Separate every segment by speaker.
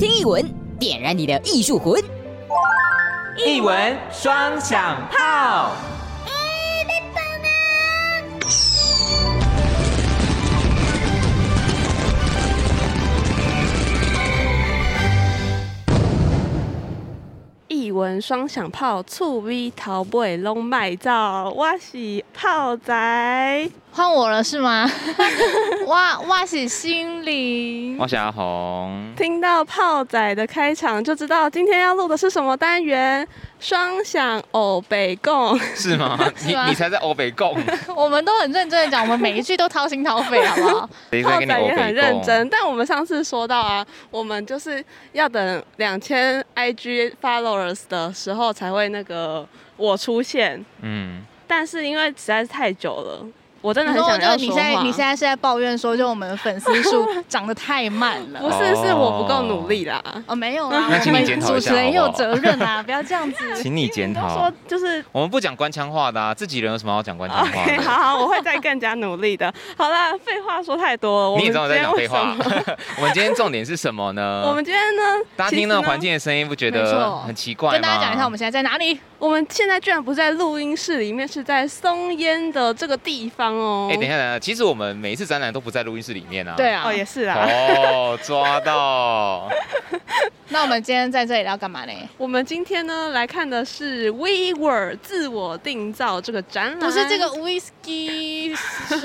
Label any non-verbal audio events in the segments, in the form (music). Speaker 1: 一文，点燃你的艺术魂。
Speaker 2: 一文双响炮。
Speaker 3: 一文双响炮，醋 V 桃贝龙麦照，我是炮仔。
Speaker 4: 换我了是吗？ (laughs) 哇哇是心 (laughs) 灵，
Speaker 5: 我是阿红，
Speaker 3: 听到炮仔的开场，就知道今天要录的是什么单元——双响偶北共。
Speaker 5: (laughs) 是吗？你
Speaker 4: 吗
Speaker 5: 你才在欧北共，
Speaker 4: 我们都很认真的讲，我们每一句都掏心掏肺，好不 (laughs) 好？
Speaker 5: 谁
Speaker 3: (laughs)
Speaker 5: 在
Speaker 3: 炮
Speaker 5: 跟你
Speaker 3: 仔
Speaker 5: 欧
Speaker 3: 也很
Speaker 5: 北
Speaker 3: 认
Speaker 5: 共？
Speaker 3: 真，但我们上次说到啊，我们就是要等两千 IG followers 的时候才会那个我出现，
Speaker 5: 嗯，
Speaker 3: 但是因为实在是太久了，我真的
Speaker 4: 你
Speaker 3: 很
Speaker 4: 说
Speaker 3: 想要说
Speaker 4: 就你
Speaker 3: 话。
Speaker 4: 现在你现在是在抱怨说，就我们的粉丝数长得太慢
Speaker 3: 不
Speaker 4: 了。
Speaker 3: 是是我不够努力啦。
Speaker 4: (laughs) 哦，没有啦，
Speaker 5: 那请
Speaker 4: 我们
Speaker 5: 你检讨
Speaker 4: 主
Speaker 5: 一
Speaker 4: 持
Speaker 5: 下
Speaker 4: 人也有
Speaker 5: 好不好
Speaker 4: 责任
Speaker 5: (laughs)
Speaker 4: 啊，不要这样子。
Speaker 5: 请你检讨
Speaker 3: 说。就是
Speaker 5: 我们不讲官腔话的、啊，自己人有什么好讲官腔话
Speaker 3: OK，
Speaker 5: 的？
Speaker 3: 好好，我会再更加努力的。 (laughs) 好啦，废话说太多了， (laughs) 我们
Speaker 5: 你
Speaker 3: 今
Speaker 5: 也知道我在
Speaker 3: 天
Speaker 5: 讲
Speaker 3: 为
Speaker 5: 废
Speaker 3: 什么
Speaker 5: 话？。
Speaker 3: (laughs)
Speaker 5: (laughs) 我们今天重点是什么呢？
Speaker 3: 我们今天呢，
Speaker 5: 大家
Speaker 3: 其实
Speaker 5: 听那个
Speaker 3: 呢
Speaker 5: 环境的声音，不觉
Speaker 4: 没
Speaker 5: 得
Speaker 4: 错
Speaker 5: 很奇怪吗？
Speaker 4: 跟大家讲一下，我们现在在哪里？
Speaker 3: 我们现在居然不在录音室里面，是在松烟的这个地方哦。
Speaker 5: 哎、等一下，等一下，其实我们每一次展览都不在录音室里面啊。
Speaker 4: 对。啊
Speaker 3: 哦，，也是啦。
Speaker 5: 哦，抓到！
Speaker 4: 那我们今天在这里要干嘛呢？
Speaker 3: 我们今天呢来看的是 We Were 自我定造这个展览，
Speaker 4: 不是这个 whisky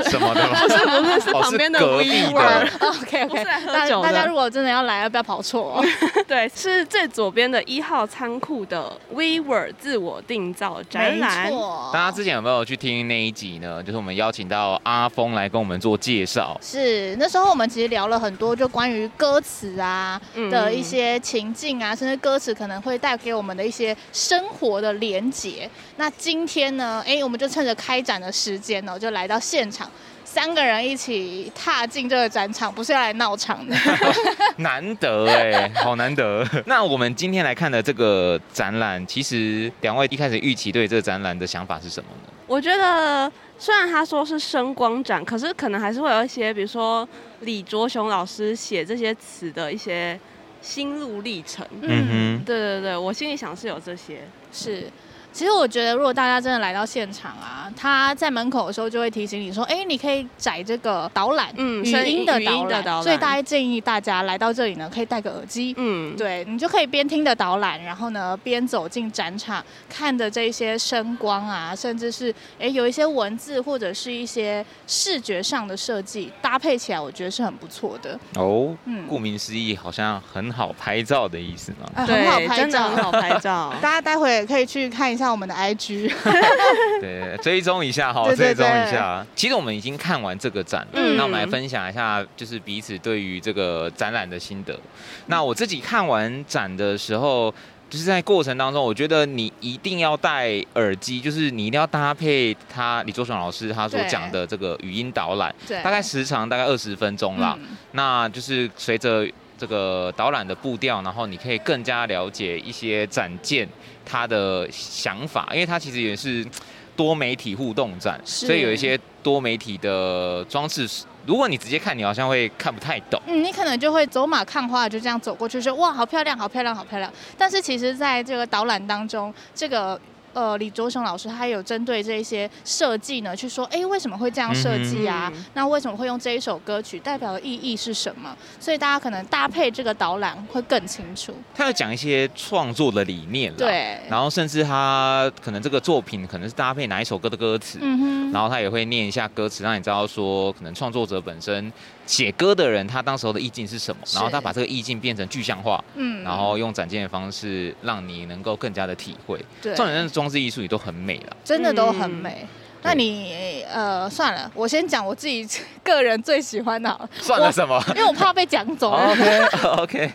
Speaker 5: 什么的吗？不是
Speaker 3: 不是是
Speaker 5: 哦
Speaker 3: 旁
Speaker 5: 是
Speaker 3: 边的
Speaker 5: 隔
Speaker 3: We
Speaker 5: 壁
Speaker 4: (laughs)
Speaker 5: 的
Speaker 3: Were，
Speaker 4: ，OK
Speaker 3: 不
Speaker 4: OK，
Speaker 3: 是来喝
Speaker 4: 哦大
Speaker 3: 酒的
Speaker 4: 大家如果真的要来，要不要跑 (laughs) 错哦？
Speaker 3: 对，是最左边的一号仓库的 We Were 自我定造展
Speaker 4: 没
Speaker 3: 览。
Speaker 4: 错，
Speaker 5: 大家之前有没有去听那一集呢？就是我们邀请到阿峰来跟我们做介绍。
Speaker 4: 是那时候我们其实聊了很多，就关于歌词啊
Speaker 3: 嗯
Speaker 4: 的一些情境啊，甚至歌词可能会带给我们的一些生活的连结。那今天呢，哎、我们就趁着开展的时间呢、就来到现场。三个人一起踏进这个展场，不是要来闹场的。 (laughs)
Speaker 5: 难得哎、好难得。那我们今天来看的这个展览，其实两位一开始预期对这个展览的想法是什么呢？
Speaker 3: 我觉得虽然他说是声光展，可是可能还是会有一些，比如说李卓雄老师写这些词的一些心路历程。
Speaker 5: 嗯
Speaker 3: 对对对，我心里想是有这些。
Speaker 4: 是，其实我觉得如果大家真的来到现场啊，他在门口的时候就会提醒你说，哎，你可以载这个导览，
Speaker 3: 嗯
Speaker 4: 语
Speaker 3: 声音
Speaker 4: 音的
Speaker 3: 语音
Speaker 4: 导
Speaker 3: 的
Speaker 4: 览，
Speaker 3: 导
Speaker 4: 所以
Speaker 3: 览
Speaker 4: 大家建议大家来到这里呢，可以戴个耳机。
Speaker 3: 嗯，
Speaker 4: 对你就可以边听着导览，然后呢边走进展场，看着这些声光啊，甚至是诶有一些文字或者是一些视觉上的设计搭配起来，我觉得是很不错的。
Speaker 5: 哼，哦，
Speaker 4: 嗯，
Speaker 5: 顾名思义，好像很好拍照的意思嘛。
Speaker 4: 哎
Speaker 3: 对，
Speaker 4: 很好拍
Speaker 3: 真的
Speaker 4: 照，
Speaker 3: 很好拍
Speaker 4: (laughs)。
Speaker 3: 照
Speaker 4: 大家待会也可以去看一下我们的 (laughs) IG。
Speaker 5: 对，追踪一下哈，
Speaker 4: 对
Speaker 5: 追
Speaker 4: 对
Speaker 5: 踪一下。其实我们已经看完这个展了，
Speaker 3: 嗯
Speaker 5: 那我们来分享一下，就是彼此对于这个展览的心得。那我自己看完展的时候。就是在过程当中，我觉得你一定要戴耳机，就是你一定要搭配他李卓雄老师他所
Speaker 4: 对
Speaker 5: 讲的这个语音导览，
Speaker 4: 对，
Speaker 5: 大概时长大概二十分钟啦。
Speaker 4: 嗯
Speaker 5: 那就是随着这个导览的步调，然后你可以更加了解一些展件它的想法，因为它其实也是嗯多媒体互动展，
Speaker 4: 是
Speaker 5: 所以有一些多媒体的装置，如果你直接看，你好像会看不太懂。
Speaker 4: 嗯，你可能就会走马看花，就这样走过去说哇，好漂亮，好漂亮，好漂亮。但是其实在这个导览当中，这个。呃，李卓雄老师他有针对这一些设计呢，去说，哎，为什么会这样设计啊？
Speaker 3: 嗯
Speaker 4: 那为什么会用这一首歌曲？代表的意义是什么？所以大家可能搭配这个导览会更清楚。
Speaker 5: 他有讲一些创作的理念啦，，
Speaker 4: 对，
Speaker 5: 啊然后甚至他可能这个作品可能是搭配哪一首歌的歌词，
Speaker 4: 嗯
Speaker 5: 然后他也会念一下歌词，让你知道说，可能创作者本身写歌的人他当时候的意境是什么，
Speaker 4: 是
Speaker 5: 然后他把这个意境变成具象化，
Speaker 4: 嗯
Speaker 5: 然后用展现的方式让你能够更加的体会。
Speaker 4: 对，
Speaker 5: 重点是装置艺术也都很美了，
Speaker 4: 真的都很
Speaker 3: 嗯
Speaker 4: 美。那你呃，算了，我先讲我自己 (laughs) 个人最喜欢的好了，
Speaker 5: 算了什么
Speaker 4: 因为我怕被讲走了。
Speaker 5: (laughs) ？OK OK，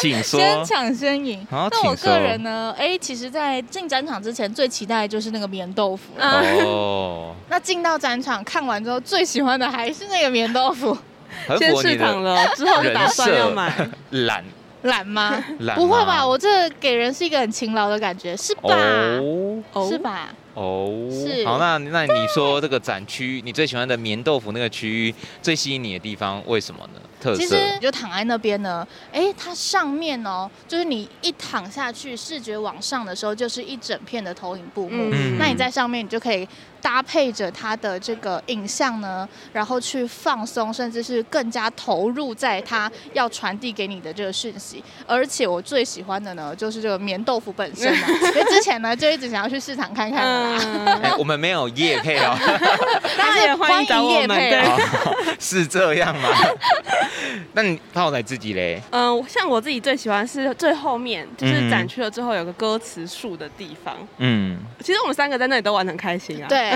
Speaker 5: 请说。
Speaker 4: 先抢先赢。
Speaker 5: 好
Speaker 4: 那我
Speaker 5: 请说
Speaker 4: 个人呢，哎、其实，在进展场之前，最期待的就是那个棉豆腐。
Speaker 5: 哦，
Speaker 4: 那进到展场看完之后，最喜欢的还是那个棉豆腐， (laughs)
Speaker 5: 很
Speaker 3: 先
Speaker 5: 符合你
Speaker 3: 试躺
Speaker 5: 的
Speaker 3: 了，之后就打
Speaker 5: 人
Speaker 3: 算要
Speaker 5: 设
Speaker 3: 买。
Speaker 5: 懒
Speaker 4: 懒吗？
Speaker 5: 懒吗。
Speaker 4: 不会吧，我这给人是一个很勤劳的感觉，是吧？
Speaker 5: 哦
Speaker 3: 哦
Speaker 4: 是吧？
Speaker 5: 哦
Speaker 4: 是，
Speaker 5: 好，那那你说这个展区，你最喜欢的棉豆腐那个区域最吸引你的地方为什么呢？特
Speaker 4: 其
Speaker 5: 色
Speaker 4: 实。你就躺在那边呢，哎，它上面哦，就是你一躺下去，视觉往上的时候，就是一整片的投影布幕。
Speaker 3: 嗯
Speaker 4: 那你在上面，你就可以搭配着它的这个影像呢，然后去放松，甚至是更加投入在它要传递给你的这个讯息。而且我最喜欢的呢，就是这个棉豆腐本身嘛，因为之前呢就一直想要去市场看看了啦。 (laughs)
Speaker 3: 嗯，
Speaker 5: (laughs) 哎、我们没有夜配哦，
Speaker 3: 当然也欢迎找我们。
Speaker 4: 还是欢迎业配
Speaker 3: 对
Speaker 4: 啊，
Speaker 5: 是这样吗？那你泡仔自己嘞？
Speaker 3: 嗯，像我自己最喜欢是最后面，就是
Speaker 5: 嗯
Speaker 3: 展区的最后有个歌词树的地方。
Speaker 5: 嗯，
Speaker 3: 其实我们三个在那里都玩得很开心啊。
Speaker 4: 对，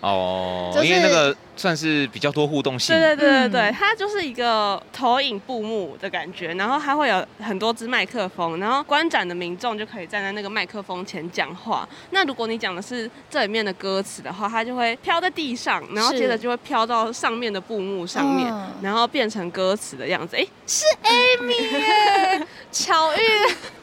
Speaker 5: 哦，
Speaker 4: 就是
Speaker 5: 因为那个算是比较多互动性。
Speaker 3: 对对对对
Speaker 4: 嗯
Speaker 3: 对，它就是一个投影布幕的感觉，然后它会有很多支麦克风，然后观展的民众就可以站在那个麦克风前讲话。那如果你讲的是这里面的歌词的话，它就会飘在地上，然后
Speaker 4: 是
Speaker 3: 接着就会飘到上面的布幕上面，
Speaker 4: 嗯
Speaker 3: 然后变成歌词的样子。哎，
Speaker 4: 是 Amy 耶，巧遇。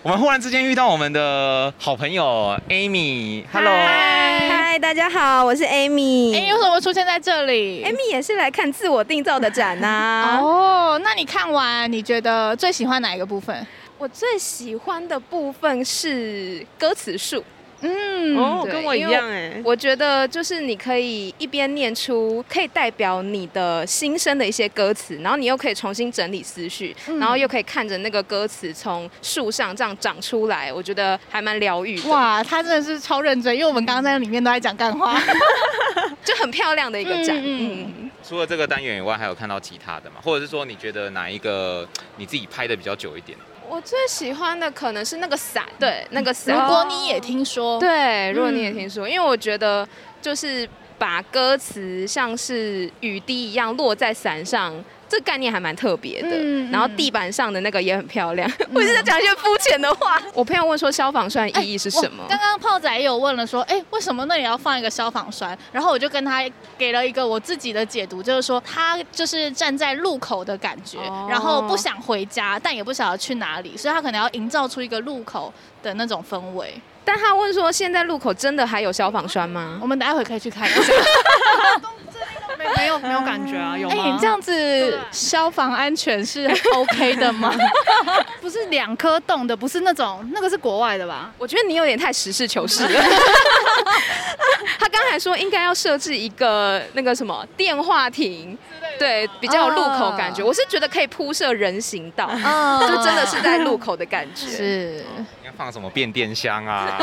Speaker 5: 我们忽然之间遇到我们的好朋友 Amy，Hello，
Speaker 4: 嗨，
Speaker 6: 嗨，大家好，我是 Amy。
Speaker 4: 哎，为什么会出现在这里
Speaker 6: Amy 也是来看自我定造的展啊 (laughs) 呐、
Speaker 4: 哦，那你看完你觉得最喜欢哪一个部分？
Speaker 6: 我最喜欢的部分是歌词树，
Speaker 4: 嗯
Speaker 3: 哦，
Speaker 6: 对
Speaker 3: 跟我一
Speaker 6: 因为
Speaker 3: 样哎。
Speaker 6: 我觉得就是你可以一边念出可以代表你的心声的一些歌词，然后你又可以重新整理思绪，
Speaker 4: 嗯
Speaker 6: 然后又可以看着那个歌词从树上这样长出来，我觉得还蛮疗愈的，
Speaker 4: 哇，他真的是超认真，因为我们刚刚在里面都在讲干
Speaker 6: (laughs)
Speaker 4: 话。
Speaker 6: 就很漂亮的一个展。
Speaker 4: 嗯嗯
Speaker 6: 嗯
Speaker 5: 除了这个单元以外，还有看到其他的吗？或者是说你觉得哪一个你自己拍的比较久一点？
Speaker 6: 我最喜欢的可能是那个伞，对，那个伞。
Speaker 4: 如果你也听
Speaker 6: 哦
Speaker 4: 说，，
Speaker 6: 对，如果你也
Speaker 4: 嗯
Speaker 6: 听说，因为我觉得就是把歌词像是雨滴一样落在伞上，这概念还蛮特别的。
Speaker 4: 嗯
Speaker 6: 然后地板上的那个也很漂亮。 (laughs) 我是在讲一些肤浅的话。嗯哎我朋友问说消防栓意义是什么？
Speaker 4: 刚刚炮仔也有问了说，哎，为什么那里要放一个消防栓？然后我就跟他给了一个我自己的解读，就是说他就是站在路口的感觉，
Speaker 6: 哦
Speaker 4: 然后不想回家，但也不晓得去哪里，所以他可能要营造出一个路口的那种氛围。
Speaker 6: 但他问说现在路口真的还有消防栓吗？
Speaker 4: 我们待会可以去看一下。
Speaker 3: 没有没有感觉啊，有
Speaker 4: 哎、你这样子消防安全是 OK 的吗？ (laughs) 不是两颗洞的，不是那种，那个是国外的吧？
Speaker 6: 我觉得你有点太实事求是了。 (laughs) 他刚才说应该要设置一个那个什么电话亭，对，比较有路口感觉。
Speaker 4: 哦
Speaker 6: 我是觉得可以铺设人行 (laughs) 道，
Speaker 4: 嗯，
Speaker 6: 就真的是在路口的感觉。
Speaker 4: 是 (laughs)
Speaker 5: 应该放什么变电箱啊？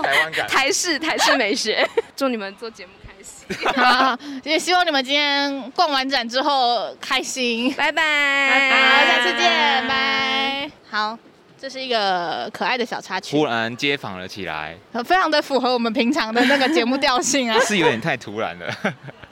Speaker 5: 台湾感。
Speaker 6: 台式台式美学， (laughs) 祝你们做节目开心，
Speaker 4: 好，也希望你们今天逛完展之后开心。
Speaker 6: 拜
Speaker 4: 好，
Speaker 6: 拜，拜
Speaker 4: 下次见，拜。好，这是一个可爱的小插曲
Speaker 5: 突，然街访了起来，。
Speaker 4: 非常的符合我们平常的那个节目调性啊
Speaker 5: 是有点太突然了。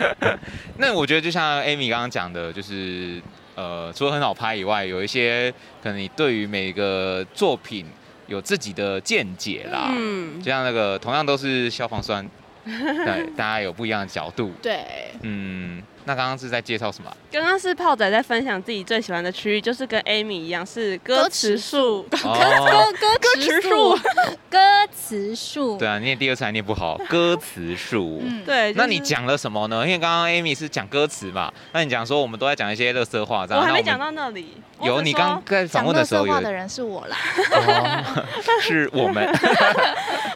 Speaker 5: (laughs) 那我觉得就像 Amy 刚刚讲的，就是呃，除了很好拍以外，有一些可能你对于每个作品有自己的见解啦。
Speaker 3: 嗯
Speaker 5: 就，像那个同样都是消防栓， (laughs) 对，大家有不一样的角度。
Speaker 4: (laughs) 对，
Speaker 5: 嗯，那刚刚是在介绍什么啊？
Speaker 3: 刚刚是炮仔在分享自己最喜欢的区域，就是跟 Amy 一样是 (laughs) 歌词树。
Speaker 5: 哦，
Speaker 4: 歌歌
Speaker 3: 植
Speaker 6: (laughs)
Speaker 4: 树，
Speaker 7: 歌词树
Speaker 5: 对，啊，念第二次还念不好，歌词树。
Speaker 4: 嗯，对，
Speaker 3: 对，就是
Speaker 5: 那你讲了什么呢？因为刚刚 Amy 是讲歌词嘛，那你讲说我们都在讲一些乐色话，这
Speaker 3: 我
Speaker 5: 样。
Speaker 3: 还
Speaker 5: 那
Speaker 3: 没
Speaker 5: 们
Speaker 3: 讲到那里。我
Speaker 5: 有
Speaker 3: 只
Speaker 5: 你
Speaker 3: 说
Speaker 5: 刚在访
Speaker 4: 讲
Speaker 5: 问
Speaker 4: 乐
Speaker 5: 的时
Speaker 4: 色
Speaker 5: 候有
Speaker 4: 话的人是我啦。
Speaker 5: (laughs) 哦，是
Speaker 4: (laughs)
Speaker 5: 我们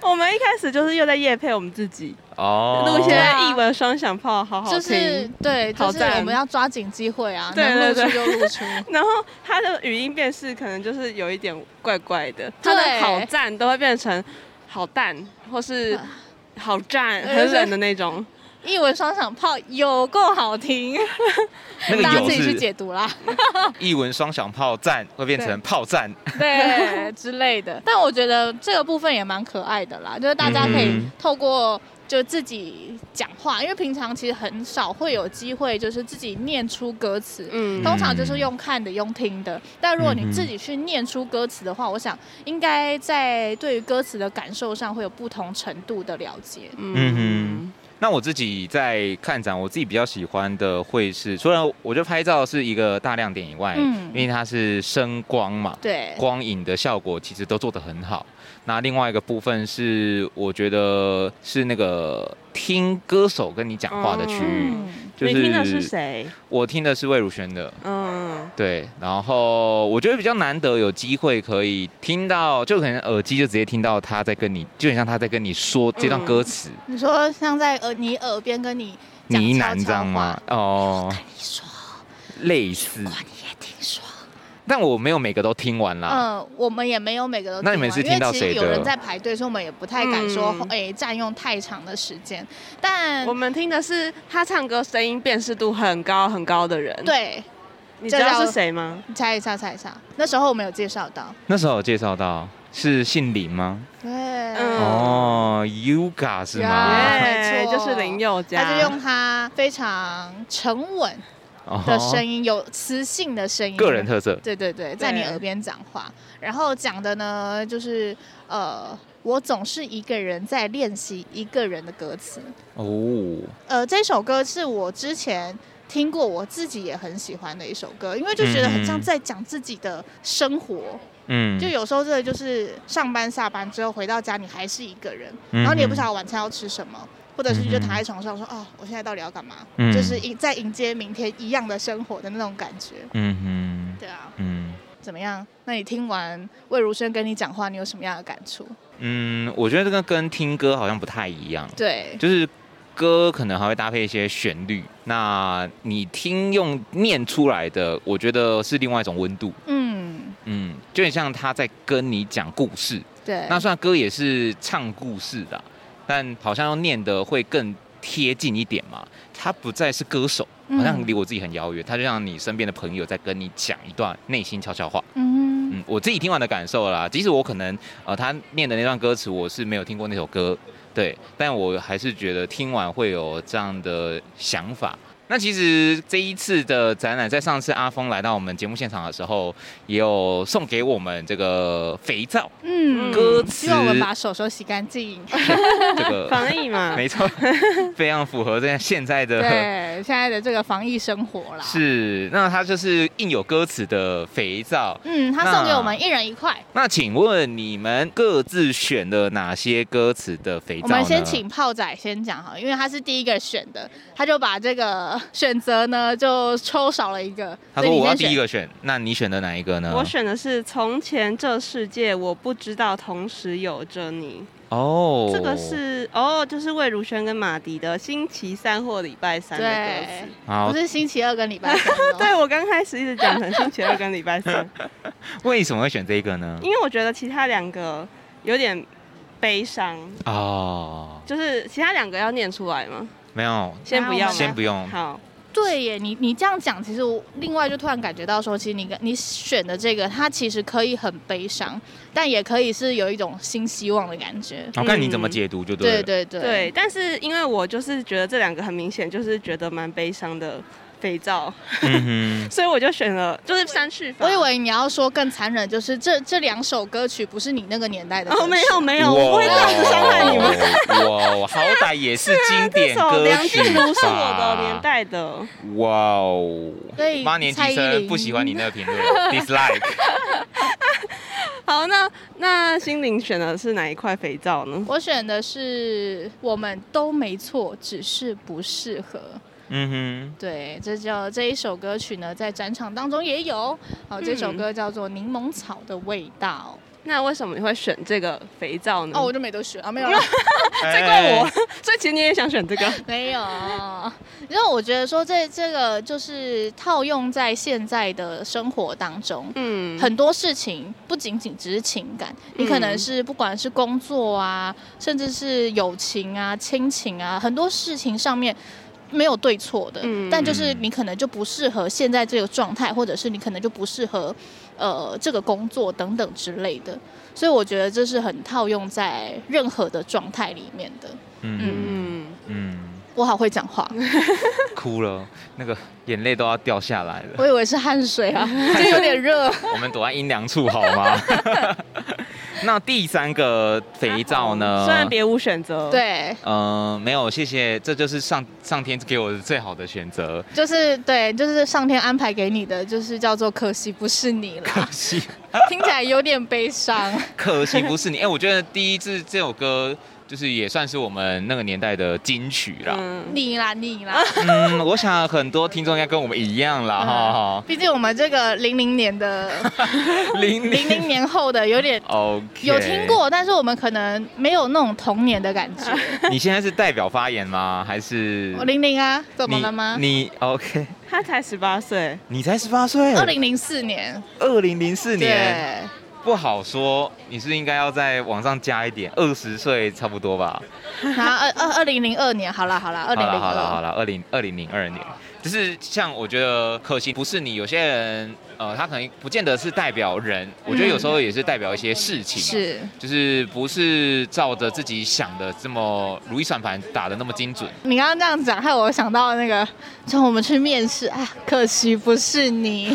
Speaker 3: 我们一开始就是又在夜配我们自己，
Speaker 5: 哦，
Speaker 3: 录一些
Speaker 4: 对啊
Speaker 3: 译文双响炮，好好
Speaker 4: 就是
Speaker 3: 听。
Speaker 4: (laughs) 对，
Speaker 3: 好
Speaker 4: 就是
Speaker 3: 赞
Speaker 4: 我们要抓紧机会啊，
Speaker 3: 对
Speaker 4: 能
Speaker 3: 对
Speaker 4: 露出就露出。
Speaker 3: 然后他的语音辨识可能就是有一点怪怪的，他的
Speaker 4: 对
Speaker 3: 好赞都会变成好淡或是
Speaker 4: 啊
Speaker 3: 好赞，
Speaker 4: 呃
Speaker 3: 很冷的那种。
Speaker 4: (laughs) 一文双响炮有够好听，
Speaker 5: 那个
Speaker 4: (laughs) 大家
Speaker 5: 有
Speaker 4: 自己去
Speaker 5: 是
Speaker 4: 解读啦，
Speaker 5: 一文双响炮战会变成炮战，
Speaker 4: 对之类的。但我觉得这个部分也蛮可爱的啦，就是大家可以
Speaker 5: 嗯
Speaker 4: 透过就自己讲话，因为平常其实很少会有机会就是自己念出歌词，
Speaker 3: 嗯，
Speaker 4: 通常就是用看的、用听的。但如果
Speaker 5: 嗯
Speaker 4: 你自己去念出歌词的话，我想应该在对于歌词的感受上会有不同程度的了解。
Speaker 5: 嗯那我自己在看展，我自己比较喜欢的会是，除了我觉得拍照是一个大亮点以外，
Speaker 4: 嗯呃
Speaker 5: 因为它是声光嘛，
Speaker 4: 对，
Speaker 5: 光影的效果其实都做得很好。那另外一个部分是，我觉得是那个听歌手跟你讲话的区域。
Speaker 4: 嗯，
Speaker 5: 就是
Speaker 3: 你听的是谁？
Speaker 5: 我听的是魏如萱的，
Speaker 3: 嗯，
Speaker 5: 对，然后我觉得比较难得有机会可以听到，就可能耳机就直接听到他在跟你，就很像他在跟你说这段歌词，
Speaker 4: 你说像在耳你耳边跟你嗯讲悄
Speaker 5: 呢喃，
Speaker 4: 悄
Speaker 5: 知道吗
Speaker 4: 话？
Speaker 5: 哦，类似，但我没有每个都听完啦。
Speaker 4: 嗯，我们也没有每个都听完。啊
Speaker 5: 啊那你们是听到
Speaker 4: 因为其实
Speaker 5: 谁的
Speaker 4: 有人在排队，所以我们也不太敢说
Speaker 3: 嗯
Speaker 4: 哎占用太长的时间。但
Speaker 3: 我们听的是他唱歌声音辨识度很高很高的人。，
Speaker 4: 对，
Speaker 3: 你知道是谁吗？
Speaker 4: 你猜一下，猜一下。那时候我们有介绍到，
Speaker 5: 那时候有介绍到是姓林吗？
Speaker 4: 对，
Speaker 3: 嗯
Speaker 5: 哦，Yoga 是吗？
Speaker 4: Yeah
Speaker 3: 对，
Speaker 4: 啊没错
Speaker 3: 就是林宥嘉。
Speaker 4: 他就用他非常沉稳
Speaker 5: 哦
Speaker 4: 的声音，有磁性的声音，
Speaker 5: 个人特色，
Speaker 4: 对对对，在你
Speaker 3: 对
Speaker 4: 耳边讲话，然后讲的呢就是呃，我总是一个人在练习一个人的歌词。
Speaker 5: 哦，
Speaker 4: 呃，这首歌是我之前听过，我自己也很喜欢的一首歌，因为就觉得很像
Speaker 5: 嗯
Speaker 4: 在讲自己的生活。
Speaker 5: 嗯，
Speaker 4: 就有时候真的就是上班下班之后回到家，你还是一个人，
Speaker 5: 嗯
Speaker 4: 然后你也不晓得晚餐要吃什么。或者是就
Speaker 5: 嗯哼
Speaker 4: 躺在床上说哦，我现在到底要干嘛？
Speaker 5: 嗯
Speaker 4: 就是迎在迎接明天一样的生活的那种感觉。
Speaker 5: 嗯
Speaker 4: 对啊，
Speaker 5: 哼，嗯。
Speaker 4: 怎么样？那你听完魏如萱跟你讲话，你有什么样的感触？
Speaker 5: 嗯，我觉得这个跟听歌好像不太一样，
Speaker 4: 对，
Speaker 5: 就是歌可能还会搭配一些旋律，那你听用念出来的，我觉得是另外一种温度。
Speaker 4: 嗯，
Speaker 5: 嗯，就很像他在跟你讲故事。
Speaker 4: 对，
Speaker 5: 那虽然歌也是唱故事的啊，但好像要念的会更贴近一点嘛。他不再是歌手，
Speaker 4: 嗯
Speaker 5: 好像离我自己很遥远。他就像你身边的朋友在跟你讲一段内心悄悄话。
Speaker 4: 嗯
Speaker 5: 嗯，我自己听完的感受啦，即使我可能呃他念的那段歌词我是没有听过那首歌，对，但我还是觉得听完会有这样的想法。那其实这一次的展览，在上次阿峰来到我们节目现场的时候，也有送给我们这个肥皂
Speaker 4: 嗯
Speaker 5: 歌词
Speaker 4: 希望我们把手手洗干净。
Speaker 5: 这个。
Speaker 3: 防疫嘛。
Speaker 4: (laughs)
Speaker 5: 没错，非常符合这样现在的。
Speaker 4: 对，现在的这个防疫生活啦，，
Speaker 5: 是，那它就是印有歌词的肥皂。
Speaker 4: 嗯，他送给我们一人一块。
Speaker 5: 那请问你们各自选了哪些歌词的肥皂
Speaker 4: 我
Speaker 5: 呢？
Speaker 4: 们先请炮仔先讲好了，因为他是第一个选的，他就把这个选择呢就抽少了一个。
Speaker 5: 他
Speaker 4: 所以
Speaker 5: 说
Speaker 4: 你
Speaker 5: 我要
Speaker 4: 先
Speaker 5: 第
Speaker 4: 选
Speaker 5: 一。个选，那你选的哪一个呢？
Speaker 3: 我选的是《从前这世界》，我不知道同时有着你。
Speaker 5: 哦，
Speaker 3: 这个是哦，就是魏如萱跟马迪的星期三或礼拜三的歌
Speaker 4: 对
Speaker 3: 词。，
Speaker 5: 好
Speaker 4: 不，是星期二跟礼拜三
Speaker 5: (laughs)
Speaker 4: 哦。
Speaker 3: 对我刚开始一直讲成星期二跟礼拜三，
Speaker 5: 为什么会选这个呢？
Speaker 3: 因为我觉得其他两个有点悲伤，
Speaker 5: 哦，
Speaker 3: 就是其他两个要念出来吗？
Speaker 5: 没有，
Speaker 3: 先
Speaker 4: 啊
Speaker 3: 不要吗，
Speaker 5: 先不用，
Speaker 3: 好，
Speaker 4: 对耶，你你这样讲，其实我另外就突然感觉到说，其实你跟你选的这个，它其实可以很悲伤，但也可以是有一种新希望的感觉。
Speaker 5: 我看你怎么解读就对
Speaker 4: 对
Speaker 5: 了。
Speaker 4: 对对
Speaker 3: 对，但是因为我就是觉得这两个很明显，就是觉得蛮悲伤的肥皂， (laughs)
Speaker 5: 嗯
Speaker 3: 所以我就选了就是删去法。
Speaker 4: 我以为你要说更残忍，就是这这两首歌曲不是你那个年代的歌曲。
Speaker 3: 哦，没有没
Speaker 5: 哼，
Speaker 3: 有，我不会这样子伤害你们。
Speaker 5: 们。哇，我好歹也是经典
Speaker 3: 这首
Speaker 5: 歌
Speaker 3: 梁
Speaker 5: 曲
Speaker 3: 静茹是我
Speaker 5: 吧
Speaker 3: 的年。代的，
Speaker 5: 哇哦
Speaker 4: 所以，
Speaker 5: 八年级
Speaker 4: 蔡依
Speaker 5: 生
Speaker 4: 林
Speaker 5: 不喜欢你那个评论，dislike。
Speaker 3: 好，那那心灵选的是哪一块肥皂呢？
Speaker 4: 我选的是我们都没错，只是不适合。
Speaker 5: 嗯
Speaker 4: 对，这叫这一首歌曲呢，在展场当中也有。哦，这
Speaker 3: 嗯
Speaker 4: 首歌叫做《柠檬草的味道
Speaker 3: 那为什么你会选这个肥皂》。呢？
Speaker 4: 哦，我就没得选啊，没有了。
Speaker 5: 哼，
Speaker 3: 这
Speaker 5: 这
Speaker 3: 怪我，所以其实你也想选这个。
Speaker 4: 没有，因为我觉得说这这个就是套用在现在的生活当中。
Speaker 3: 嗯，
Speaker 4: 很多事情不仅仅只是情感，你可能
Speaker 3: 嗯
Speaker 4: 是不管是工作啊，甚至是友情啊、亲情啊，很多事情上面没有对错的，
Speaker 3: 嗯
Speaker 4: 但就是
Speaker 5: 嗯
Speaker 4: 你可能就不适合现在这个状态，或者是你可能就不适合呃这个工作等等之类的。所以我觉得这是很套用在任何的状态里面的。
Speaker 5: 嗯
Speaker 3: 嗯，
Speaker 5: 嗯，
Speaker 4: 我好会讲话。
Speaker 5: 哭了，那个眼泪都要掉下来了。
Speaker 4: (laughs) 我以为是汗水
Speaker 5: (laughs)
Speaker 4: 啊，就有点热。
Speaker 5: 我们躲在阴凉处好吗？那第三个肥皂呢？
Speaker 3: 啊虽然别无选择，，
Speaker 4: 对，
Speaker 5: 嗯、没有，谢谢，这就是上上天给我的最好的选择。
Speaker 4: 就是对，就是上天安排给你的，就是叫做可惜不是你
Speaker 5: 可 (laughs)
Speaker 4: 啦。
Speaker 5: 惜，
Speaker 4: 听起来有点悲伤。
Speaker 5: 可惜不是你。哎、我觉得第一次这首歌就是也算是我们那个年代的金曲啦。
Speaker 3: 嗯，
Speaker 4: 你啦，你啦，
Speaker 5: 嗯，我想很多听众应该跟我们一样啦，哈、
Speaker 4: 毕竟我们这个零零年
Speaker 5: (laughs)
Speaker 4: 的
Speaker 5: 哈。零
Speaker 4: 零零年后的有点
Speaker 5: OK，
Speaker 4: 有听。过，但是我们可能没有那种童年的感觉。
Speaker 5: 你现在是代表发言吗？还是
Speaker 4: 我零零啊，怎么
Speaker 5: 你
Speaker 4: 了吗？
Speaker 5: 嗯你 OK，
Speaker 3: 他才十八岁，
Speaker 5: 你才十八岁，
Speaker 4: 二零零四年，
Speaker 5: 二零零四年，
Speaker 4: 对，
Speaker 5: 不好说。你是应该要再往上加一点，二十岁差不多吧？
Speaker 4: 然后二二二零零二年，好了好了，二零零
Speaker 5: 好了好了好
Speaker 4: 二，
Speaker 5: 了，二零二零零二年，就是像我觉得可惜不是你，有些人呃，他可能不见得是代表人，我觉得有时候也是代表一些事情，
Speaker 4: 嗯
Speaker 5: 啊
Speaker 4: 是
Speaker 5: 就是不是照着自己想的这么如意算盘打的那么精准。
Speaker 4: 你刚刚这样讲，害我想到那个，叫我们去面试啊，可惜不是你，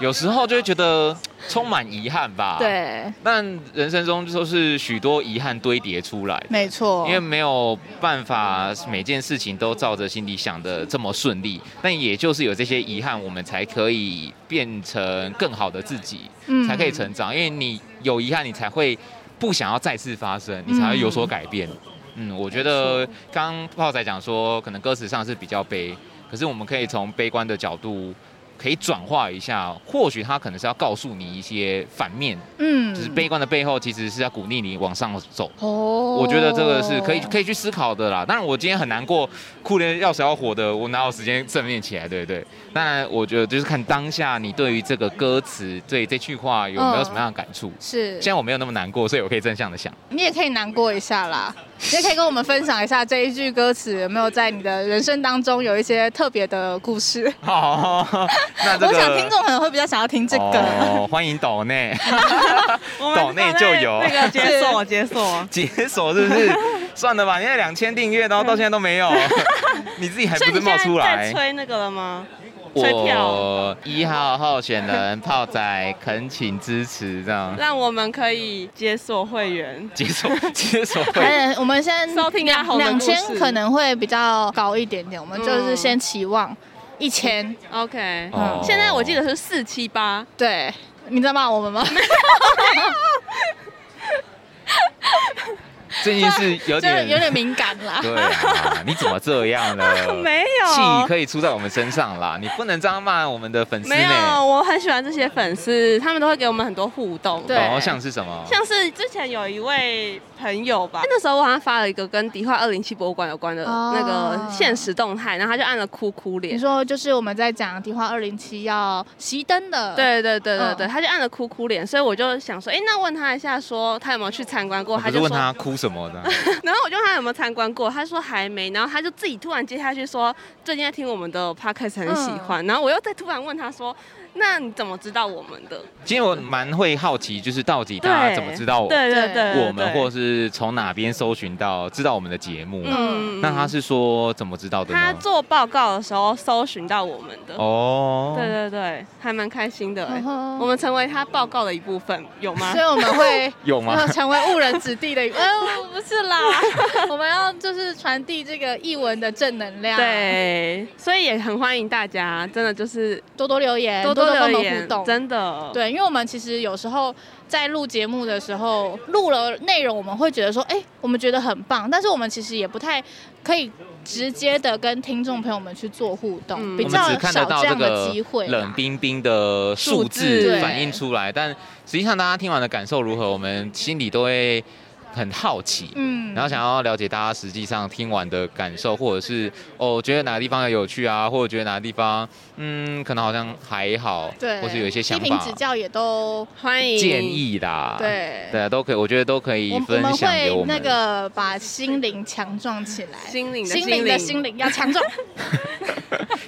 Speaker 5: 有时候就会觉得充满遗憾吧。。
Speaker 4: 对，
Speaker 5: 但人生中都是许多遗憾堆叠出来的，
Speaker 4: 没错，
Speaker 5: (laughs) 因为没有办法每件事情都照着心里想的这么顺利。但也就是有这些遗憾，我们才可以变成更好的自己，
Speaker 4: 嗯
Speaker 5: 才可以成长。因为你有遗憾，你才会不想要再次发生，你才会有所改变。嗯，我觉得刚刚炮仔讲说，可能歌词上是比较悲，可是我们可以从悲观的角度。可以转化一下，或许他可能是要告诉你一些反面，
Speaker 4: 嗯
Speaker 5: 就是悲观的背后其实是要鼓励你往上走。
Speaker 4: 哦，
Speaker 5: 我觉得这个是可以可
Speaker 4: 以，
Speaker 5: 以去思考的啦。当然，我今天很难过，哭的要死要活的，我哪有时间正面起来，对不对？当然，我觉得就是看当下你对于这个歌词，对这句话有没有什么样的感触。
Speaker 4: 是
Speaker 5: 现，在我没有那么难过，所以我可以正向的想。
Speaker 4: 你也可以难过一下啦，你也可以跟我们分享一下这一句歌词有没有在你的人生当中有一些特别的故事。
Speaker 5: 好，哦那 (laughs) 这个
Speaker 4: 我想听众可能会比较想要听这个。
Speaker 5: 哦，欢迎岛内， (laughs)
Speaker 3: 我
Speaker 5: 岛
Speaker 3: 们
Speaker 5: 内就有
Speaker 3: 那个解
Speaker 4: (laughs)
Speaker 3: 锁解锁，
Speaker 5: 解锁是不是？算了吧，现在两千订阅，然后到现在都没有， (laughs) 你自己还不
Speaker 3: 所以
Speaker 5: 是
Speaker 3: 你
Speaker 5: 冒
Speaker 3: 现
Speaker 5: 出
Speaker 3: 在在
Speaker 5: 来？
Speaker 3: 吹那个了吗？吹票，
Speaker 5: 我一号候选人炮仔恳请支持，这样
Speaker 3: 让我们可以解锁会员。
Speaker 5: 解锁解锁会。
Speaker 4: 而且我们先
Speaker 3: 收听阿红的
Speaker 4: 两
Speaker 3: 故事
Speaker 4: 千可能会比较高一点点，我们就是先期望一千。
Speaker 3: OK，
Speaker 5: 哦
Speaker 3: 现在我记得是四七八，
Speaker 4: 对，你在骂我们吗？
Speaker 5: 最近是
Speaker 4: (laughs)
Speaker 5: 有
Speaker 3: (laughs)
Speaker 4: 就是
Speaker 5: 点
Speaker 4: 有点敏感啦。
Speaker 5: 对啊，你怎么这样呢？
Speaker 3: 没有
Speaker 5: 气可以出在我们身上啦，你不能这样骂我们的粉丝
Speaker 3: 没有，
Speaker 5: 呢。哦
Speaker 3: 我很喜欢这些粉丝，他们都会给我们很多互动。
Speaker 4: 对
Speaker 5: 哦，像是什么？
Speaker 3: 像是之前有一位朋友吧，那时候我好像发了一个跟迪化二零七博物馆有关的
Speaker 4: 哦
Speaker 3: 那个现实动态，然后他就按了哭哭
Speaker 4: 你
Speaker 3: 脸。
Speaker 4: 说就是我们在讲迪化二零七要熄灯的，，
Speaker 3: 对对对对
Speaker 4: 嗯
Speaker 3: 对，他就按了哭哭脸，所以我就想说，哎，那问他一下，说他有没有去参观过？
Speaker 5: 我
Speaker 3: 他
Speaker 5: 不是
Speaker 3: 就
Speaker 5: 问
Speaker 3: 说，
Speaker 5: 他哭什么的，
Speaker 3: (laughs) 然后我就问他有没有参观过，他说还没，然后他就自己突然接下去说，最近在听我们的 podcast 很
Speaker 4: 嗯
Speaker 3: 喜欢，然后我又再突然问他说，那你怎么知道我们的？
Speaker 5: 其实我蛮会好奇，就是到底
Speaker 3: 对，
Speaker 5: 大家怎么知道我
Speaker 3: (laughs) 对对对对，
Speaker 5: 我们，
Speaker 3: 对
Speaker 5: 或是从哪边搜寻到知道我们的节目？
Speaker 3: 嗯
Speaker 5: 那他是说怎么知道的
Speaker 3: 他
Speaker 5: 呢？
Speaker 3: 做报告的时候搜寻到我们的。
Speaker 5: 哦，
Speaker 3: 对对对，还蛮开心的、欸
Speaker 4: 嗯哼
Speaker 3: 我们成为他报告的一部分，有吗
Speaker 4: 所以？我们会
Speaker 5: (laughs) 有吗
Speaker 4: 要？成为误人子弟的一， (laughs) 呃，不是啦， (laughs) 我们要就是传递这个译文的正能量，，
Speaker 3: 对， (laughs) 所以也很欢迎大家，真的就是
Speaker 4: 多多留言，
Speaker 3: 多
Speaker 4: 多
Speaker 3: 多
Speaker 4: 跟我
Speaker 3: 留
Speaker 4: 们
Speaker 3: 言，
Speaker 4: 互动，
Speaker 3: 真的。
Speaker 4: 对，因为我们其实有时候在录节目的时候，录了内容，我们会觉得说，哎、我们觉得很棒，但是我们其实也不太可以直接的跟听众朋友们去做互动，
Speaker 3: 嗯
Speaker 4: 比
Speaker 5: 我们
Speaker 4: 较
Speaker 5: 只看得
Speaker 4: 少这
Speaker 5: 到这
Speaker 4: 样
Speaker 5: 个
Speaker 4: 的机会啦。
Speaker 5: 冷冰冰的数
Speaker 3: 数
Speaker 5: 字
Speaker 4: 字
Speaker 5: 反映出来，但实际上大家听完的感受如何，我们心里都会很好奇。
Speaker 4: 嗯
Speaker 5: 然后想要了解大家实际上听完的感受，或者是哦，觉得哪个地方有趣啊，或者觉得哪个地方嗯，可能好像还好，
Speaker 4: 对，
Speaker 5: 或是有一些想
Speaker 4: 批评
Speaker 5: 法
Speaker 4: 指、教也都
Speaker 3: 欢迎
Speaker 5: 建，议啦，，
Speaker 4: 对。
Speaker 5: 对啊，都可以，我觉得都可以
Speaker 4: 我
Speaker 5: 分
Speaker 4: 们
Speaker 5: 享给我
Speaker 4: 会
Speaker 5: 们。
Speaker 4: 那个把心灵强壮起来，
Speaker 3: 心灵的
Speaker 4: 心灵的心灵要
Speaker 3: (laughs)
Speaker 4: 强壮。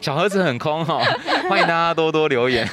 Speaker 5: 小盒子很空
Speaker 4: (laughs)
Speaker 5: 哦，欢迎大家多多留言。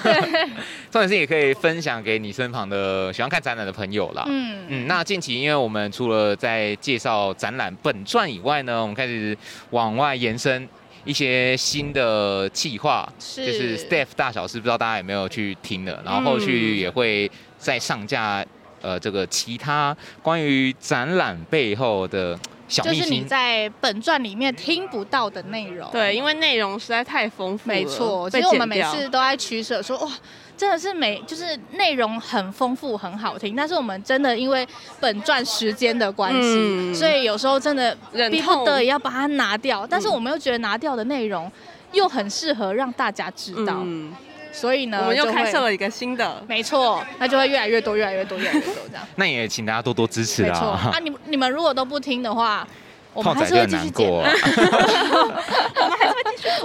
Speaker 5: (laughs) 重点是也可以分享给你身旁的喜欢看展览的朋友啦。
Speaker 4: 嗯，
Speaker 5: 嗯，那近期因为我们除了在介绍展览本传以外呢，我们开始往外延伸一些新的企划，
Speaker 4: 是嗯
Speaker 5: 就是 staff 大小事，不知道大家有没有去听的，然后后续也会再上架。呃，这个其他关于展览背后的小
Speaker 4: 就
Speaker 5: 秘
Speaker 4: 是你
Speaker 5: 辛。
Speaker 4: 在本传里面听不到的内容。
Speaker 3: 对，因为内容实在太丰富了，
Speaker 4: 没错，
Speaker 3: 被
Speaker 4: 其实我
Speaker 3: 剪
Speaker 4: 们每
Speaker 3: 掉
Speaker 4: 次都在取舍说，哇，真的是每就是内容很丰富，很好听，但是我们真的因为本传时间的关系，
Speaker 3: 嗯
Speaker 4: 所以有时候真的
Speaker 3: 忍
Speaker 4: 逼
Speaker 3: 痛嗯
Speaker 4: 不得已要把它拿掉，但是我们又觉得拿掉的内容又很适合让大家知道，呃
Speaker 3: 嗯，
Speaker 4: 所以呢，
Speaker 3: 我们又
Speaker 4: 就
Speaker 3: 开
Speaker 4: 会
Speaker 3: 设了一个新的，
Speaker 4: 没错，那就会越来越多，越来越多，越来越多这样。
Speaker 5: 那也请大家多多支持
Speaker 4: 没错，
Speaker 5: 啦
Speaker 4: 啊，。你们你们如果都不听的话，我
Speaker 5: 炮
Speaker 4: 们还
Speaker 5: 仔
Speaker 4: 是
Speaker 5: 就
Speaker 4: 会继续
Speaker 5: 很 (laughs)
Speaker 4: 剪
Speaker 5: 难过
Speaker 4: 的，
Speaker 5: 啊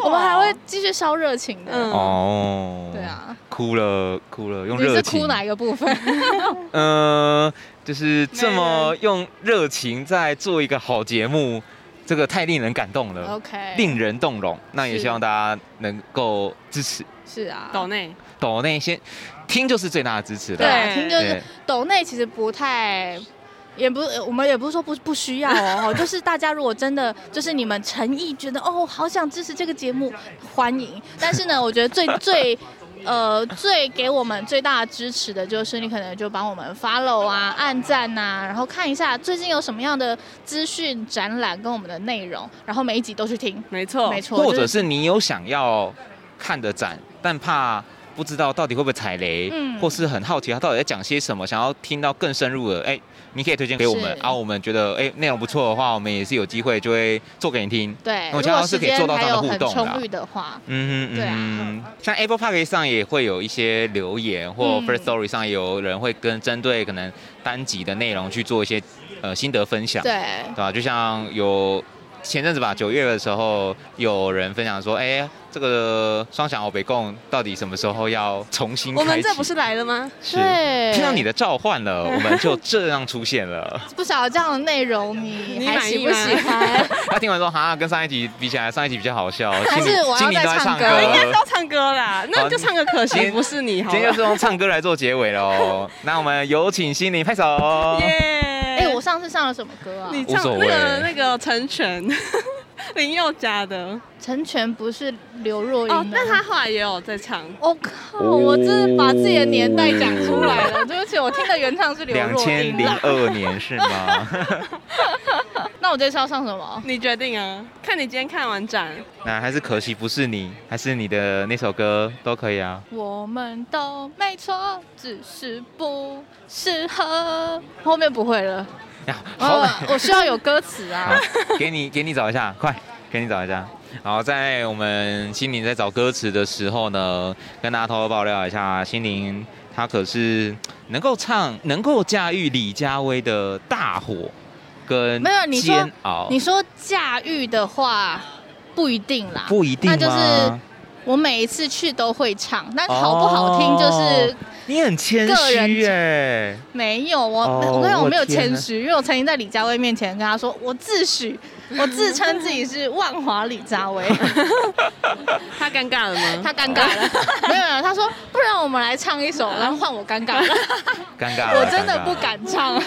Speaker 4: 我们还会继续烧热情的。
Speaker 3: 嗯
Speaker 5: 哦。
Speaker 4: 对，啊，
Speaker 5: 哭了哭了，用
Speaker 4: 你
Speaker 5: 热
Speaker 4: 是
Speaker 5: 情。嗯
Speaker 4: 哭哪一个部分？
Speaker 5: 呃，就是这
Speaker 3: 没
Speaker 5: 么用热情在做一个好节目，这个太令人感动
Speaker 4: (laughs)
Speaker 5: 了
Speaker 4: OK，
Speaker 5: 令人动容。那也
Speaker 4: 是
Speaker 5: 希望大家能够支持
Speaker 4: 是啊，
Speaker 3: 岛内，
Speaker 5: 抖内先听就是最大的支持
Speaker 4: 对
Speaker 5: 了。
Speaker 4: 啊，听就是抖内其实不太。也不，我们也不是说不不需要哦， (laughs) 就是大家如果真的就是你们诚意觉得哦，好想支持这个节目，欢迎。但是呢，我觉得最 (laughs) 最呃最给我们最大的支持的就是你可能就帮我们 follow 啊、按赞呐、然后看一下最近有什么样的资讯展览跟我们的内容，然后每一集都去听。
Speaker 3: 没错，
Speaker 4: 没错，
Speaker 5: 或
Speaker 4: 就
Speaker 5: 者是你有想要看的展，但怕不知道到底会不会踩雷，
Speaker 4: 嗯
Speaker 5: 或是很好奇他到底在讲些什么，想要听到更深入的，哎、你可以推荐给我们
Speaker 4: 是
Speaker 5: 啊。我们觉得哎内、容不错的话，我们也是有机会就会做给你听。
Speaker 4: 对，
Speaker 5: 我
Speaker 4: 如
Speaker 5: 觉得
Speaker 4: 果
Speaker 5: 它是
Speaker 4: 时
Speaker 5: 可以做
Speaker 4: 间
Speaker 5: 到
Speaker 4: 还
Speaker 5: 这样
Speaker 4: 有
Speaker 5: 的互
Speaker 4: 很
Speaker 5: 动的啊
Speaker 4: 充裕的话，
Speaker 5: 嗯哼
Speaker 4: 对啊
Speaker 5: 嗯哼，像 Apple Park 上也会有一些留言，或
Speaker 4: 嗯
Speaker 5: First Story 上也有人会跟针对可能单集的内容去做一些呃心得分享，
Speaker 4: 对，
Speaker 5: 对吧、啊就像有前阵子吧，九月的时候有人分享说，哎、这个双响欧北贡到底什么时候要重新
Speaker 3: 我
Speaker 5: 开
Speaker 3: 们
Speaker 5: 启？
Speaker 3: 这不是来了吗？
Speaker 5: 是
Speaker 4: 对
Speaker 5: 听到你的召唤了，我们就这样出现了。
Speaker 4: 不晓得这样的内容你
Speaker 3: 你
Speaker 4: 还
Speaker 3: 满
Speaker 4: 喜
Speaker 3: 意
Speaker 4: 不
Speaker 3: 吗
Speaker 4: 喜欢？
Speaker 5: 他听完说，哈，跟上一集比起来，上一集比较好笑，
Speaker 4: 还
Speaker 5: 心里
Speaker 4: 是我要
Speaker 5: 心里
Speaker 4: 再
Speaker 5: 都在
Speaker 4: 唱
Speaker 5: 唱
Speaker 4: 歌
Speaker 5: 歌。
Speaker 4: 呃
Speaker 3: 哦应该是要唱歌啦，那就唱个可
Speaker 5: 哦今
Speaker 3: 惜
Speaker 5: 天
Speaker 3: 不是你好
Speaker 5: 今天
Speaker 3: 了，
Speaker 5: 就是用唱歌来做结尾喽。那我们有请心灵拍手。
Speaker 3: 耶！
Speaker 4: 哎、我上次上了什么歌啊？
Speaker 3: 你
Speaker 5: 无
Speaker 3: 唱
Speaker 5: 所
Speaker 3: 那个
Speaker 5: 谓
Speaker 3: 那个成全 (laughs) 林宥嘉的
Speaker 4: 成全不是刘若英
Speaker 3: 哦，
Speaker 4: 吗
Speaker 3: 但他后来也有在唱，
Speaker 4: 我、哦靠，我真是把自己的年代讲出来
Speaker 6: 哦
Speaker 4: 了。对不起，我听的原唱是刘
Speaker 5: 两
Speaker 4: 若
Speaker 5: 千
Speaker 4: 英
Speaker 5: 零
Speaker 4: 啦。
Speaker 5: 二年是吗？
Speaker 4: 那我这次要上什么？
Speaker 3: 你决定啊，看你今天看完展，
Speaker 5: 那还是可惜不是你，还是你的那首歌都可以啊。
Speaker 4: 我们都没错，只是不适合。后面不会了，
Speaker 5: 呀，好
Speaker 4: 呃
Speaker 5: 难，
Speaker 4: 我需要有歌词
Speaker 5: 好
Speaker 4: (laughs) 啊。，
Speaker 5: 给你给你找一下，快，给你找一下。好，在我们心灵在找歌词的时候呢，跟大家偷偷爆料一下，心灵她可是能够唱、能够驾驭李佳薇的《大火》跟
Speaker 4: 没有
Speaker 5: 《
Speaker 4: 你说
Speaker 5: 煎熬
Speaker 4: 你》，说驾驭的话，不一定啦。
Speaker 5: 不一定
Speaker 4: 那就是
Speaker 5: 吗？
Speaker 4: 我每一次去都会唱，但好不好听就是
Speaker 5: 哦你很谦
Speaker 4: 个人
Speaker 5: 虚哎，
Speaker 4: 没有，我、
Speaker 5: 哦
Speaker 4: 我跟你讲，我没有
Speaker 5: 我天
Speaker 4: 谦
Speaker 5: 哪
Speaker 4: 虚，因为我曾经在李佳薇面前跟她说，我自诩，我自称自己是万华李佳
Speaker 5: (laughs)
Speaker 4: 薇，
Speaker 3: 他尴尬了吗？
Speaker 4: 她尴尬
Speaker 5: (laughs)
Speaker 4: 了，没有没有，她说不然我们来唱一首，然后换我尴尬
Speaker 5: (laughs)
Speaker 4: 了，
Speaker 5: 尴尬了，
Speaker 4: 我真的
Speaker 5: 尴尬哦
Speaker 4: 不敢唱，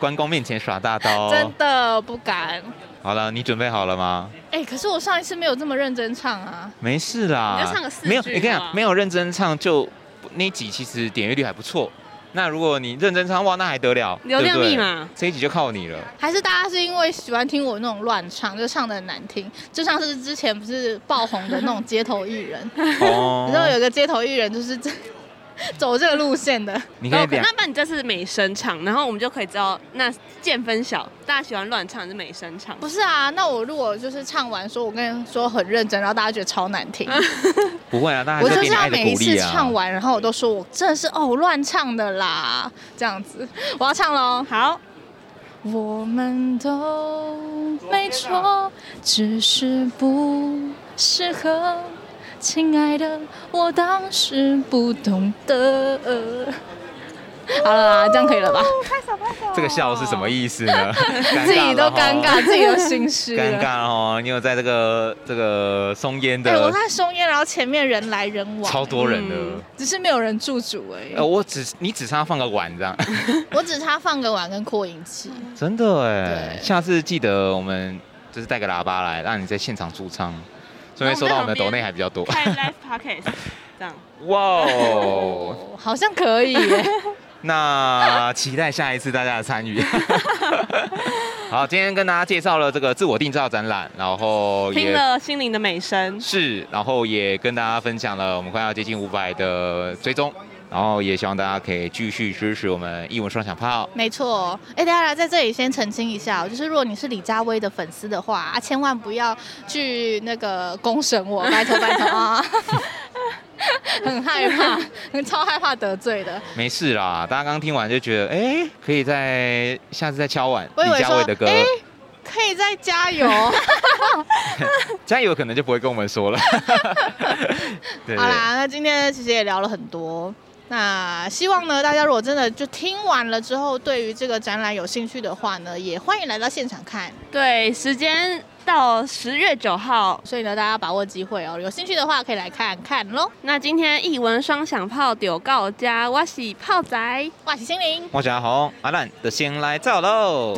Speaker 5: 关公面前耍大刀。
Speaker 4: 真的不敢。
Speaker 5: 好了，你准备好了吗？
Speaker 4: 哎、可是我上一次没有这么认真唱啊，
Speaker 5: 没事啦，
Speaker 3: 你就唱个四句
Speaker 5: 没有，你跟你
Speaker 3: 好不好
Speaker 5: 讲，没有认真唱就那一集其实点阅率还不错。那如果你认真唱，哇，那还得了？
Speaker 3: 流量
Speaker 5: 对不对
Speaker 3: 密码，
Speaker 5: 这一集就靠你了。
Speaker 4: 还是大家是因为喜欢听我那种乱唱，就唱的很难听，就像是之前不是爆红的那种街头艺人，
Speaker 5: 哦
Speaker 4: (laughs) 你知道有个街头艺人就是这走这个路线的。
Speaker 5: 你可以
Speaker 3: o k
Speaker 5: 两
Speaker 3: 那不然你这次美声唱，然后我们就可以知道那见分晓，大家喜欢乱唱还是美声唱？
Speaker 4: 不是啊，那我如果就是唱完说，我跟你说很认真，然后大家觉得超难听，
Speaker 5: 不会啊，那还
Speaker 4: 我
Speaker 5: 是
Speaker 4: 就
Speaker 5: 嗯要给
Speaker 4: 是
Speaker 5: 你
Speaker 4: 要
Speaker 5: 爱的
Speaker 4: 每一
Speaker 5: 鼓
Speaker 4: 次
Speaker 5: 励啊。
Speaker 4: 唱完，然后我都说我真的是哦我乱唱的啦，这样子，我要唱喽。
Speaker 3: 好，
Speaker 4: 我们都没错，只是不适合。亲爱的，我当时不懂得。好了啦，这样可以了吧？
Speaker 5: 这个笑是什么意思呢？
Speaker 4: (laughs) 自己都尴尬，
Speaker 5: 了哦，
Speaker 4: 自己都心虚了。
Speaker 5: 尴尬了哦。你有在这个这个松烟
Speaker 4: 哎、我
Speaker 5: 的
Speaker 4: 在松烟，然后前面人来人往，
Speaker 5: 超多人的，
Speaker 3: 嗯
Speaker 4: 只是没有人驻足而已。
Speaker 5: 呃，我只你只差放个碗这样。
Speaker 4: 我只差放个碗跟扩音器。
Speaker 5: 真的哎，
Speaker 4: 对
Speaker 5: 下次记得我们就是带个喇叭来，让你在现场驻唱，顺便收到我们的抖内还比
Speaker 4: (laughs)
Speaker 5: 较多。
Speaker 3: 开 live podcast 这 (laughs) 样。
Speaker 5: 哇哦！
Speaker 4: 哦，好像可以耶。
Speaker 5: 那期待下一次大家的参与。好，今天跟大家介绍了这个自我定造展览，然后
Speaker 3: 听
Speaker 5: 也
Speaker 3: 了心灵的美声，
Speaker 5: 是，然后也跟大家分享了我们快要接近五百的追踪，然后也希望大家可以继续支持我们一文双响炮。
Speaker 4: (laughs) 没错，哎，大家在这里先澄清一下哦，就是如果你是李佳薇的粉丝的话，啊，千万不要去那个公审我，拜托拜托 (laughs) 啊！很害怕，很超害怕得罪的。
Speaker 5: 没事啦，大家刚听完就觉得，哎，可以再下次再敲碗
Speaker 4: 我以为
Speaker 5: 李佳薇
Speaker 4: 说
Speaker 5: 的歌，
Speaker 4: 哎可以再加油。
Speaker 5: 加油可能就不会跟我
Speaker 4: (laughs)
Speaker 5: 们说了。 (laughs)
Speaker 4: 好
Speaker 5: 对对，
Speaker 4: 啦，那今天其实也聊了很多。那希望呢，大家如果真的就听完了之后，对于这个展览有兴趣的话呢，也欢迎来到现场看。
Speaker 3: 对，时间到十月九号。
Speaker 4: 所以呢，大家把握机会哦，有兴趣的话可以来看看喽。
Speaker 3: 那今天一文双响炮丢告家，我是炮仔。
Speaker 4: 哇，喜心灵。
Speaker 5: 我是阿红，阿烂的先来照喽。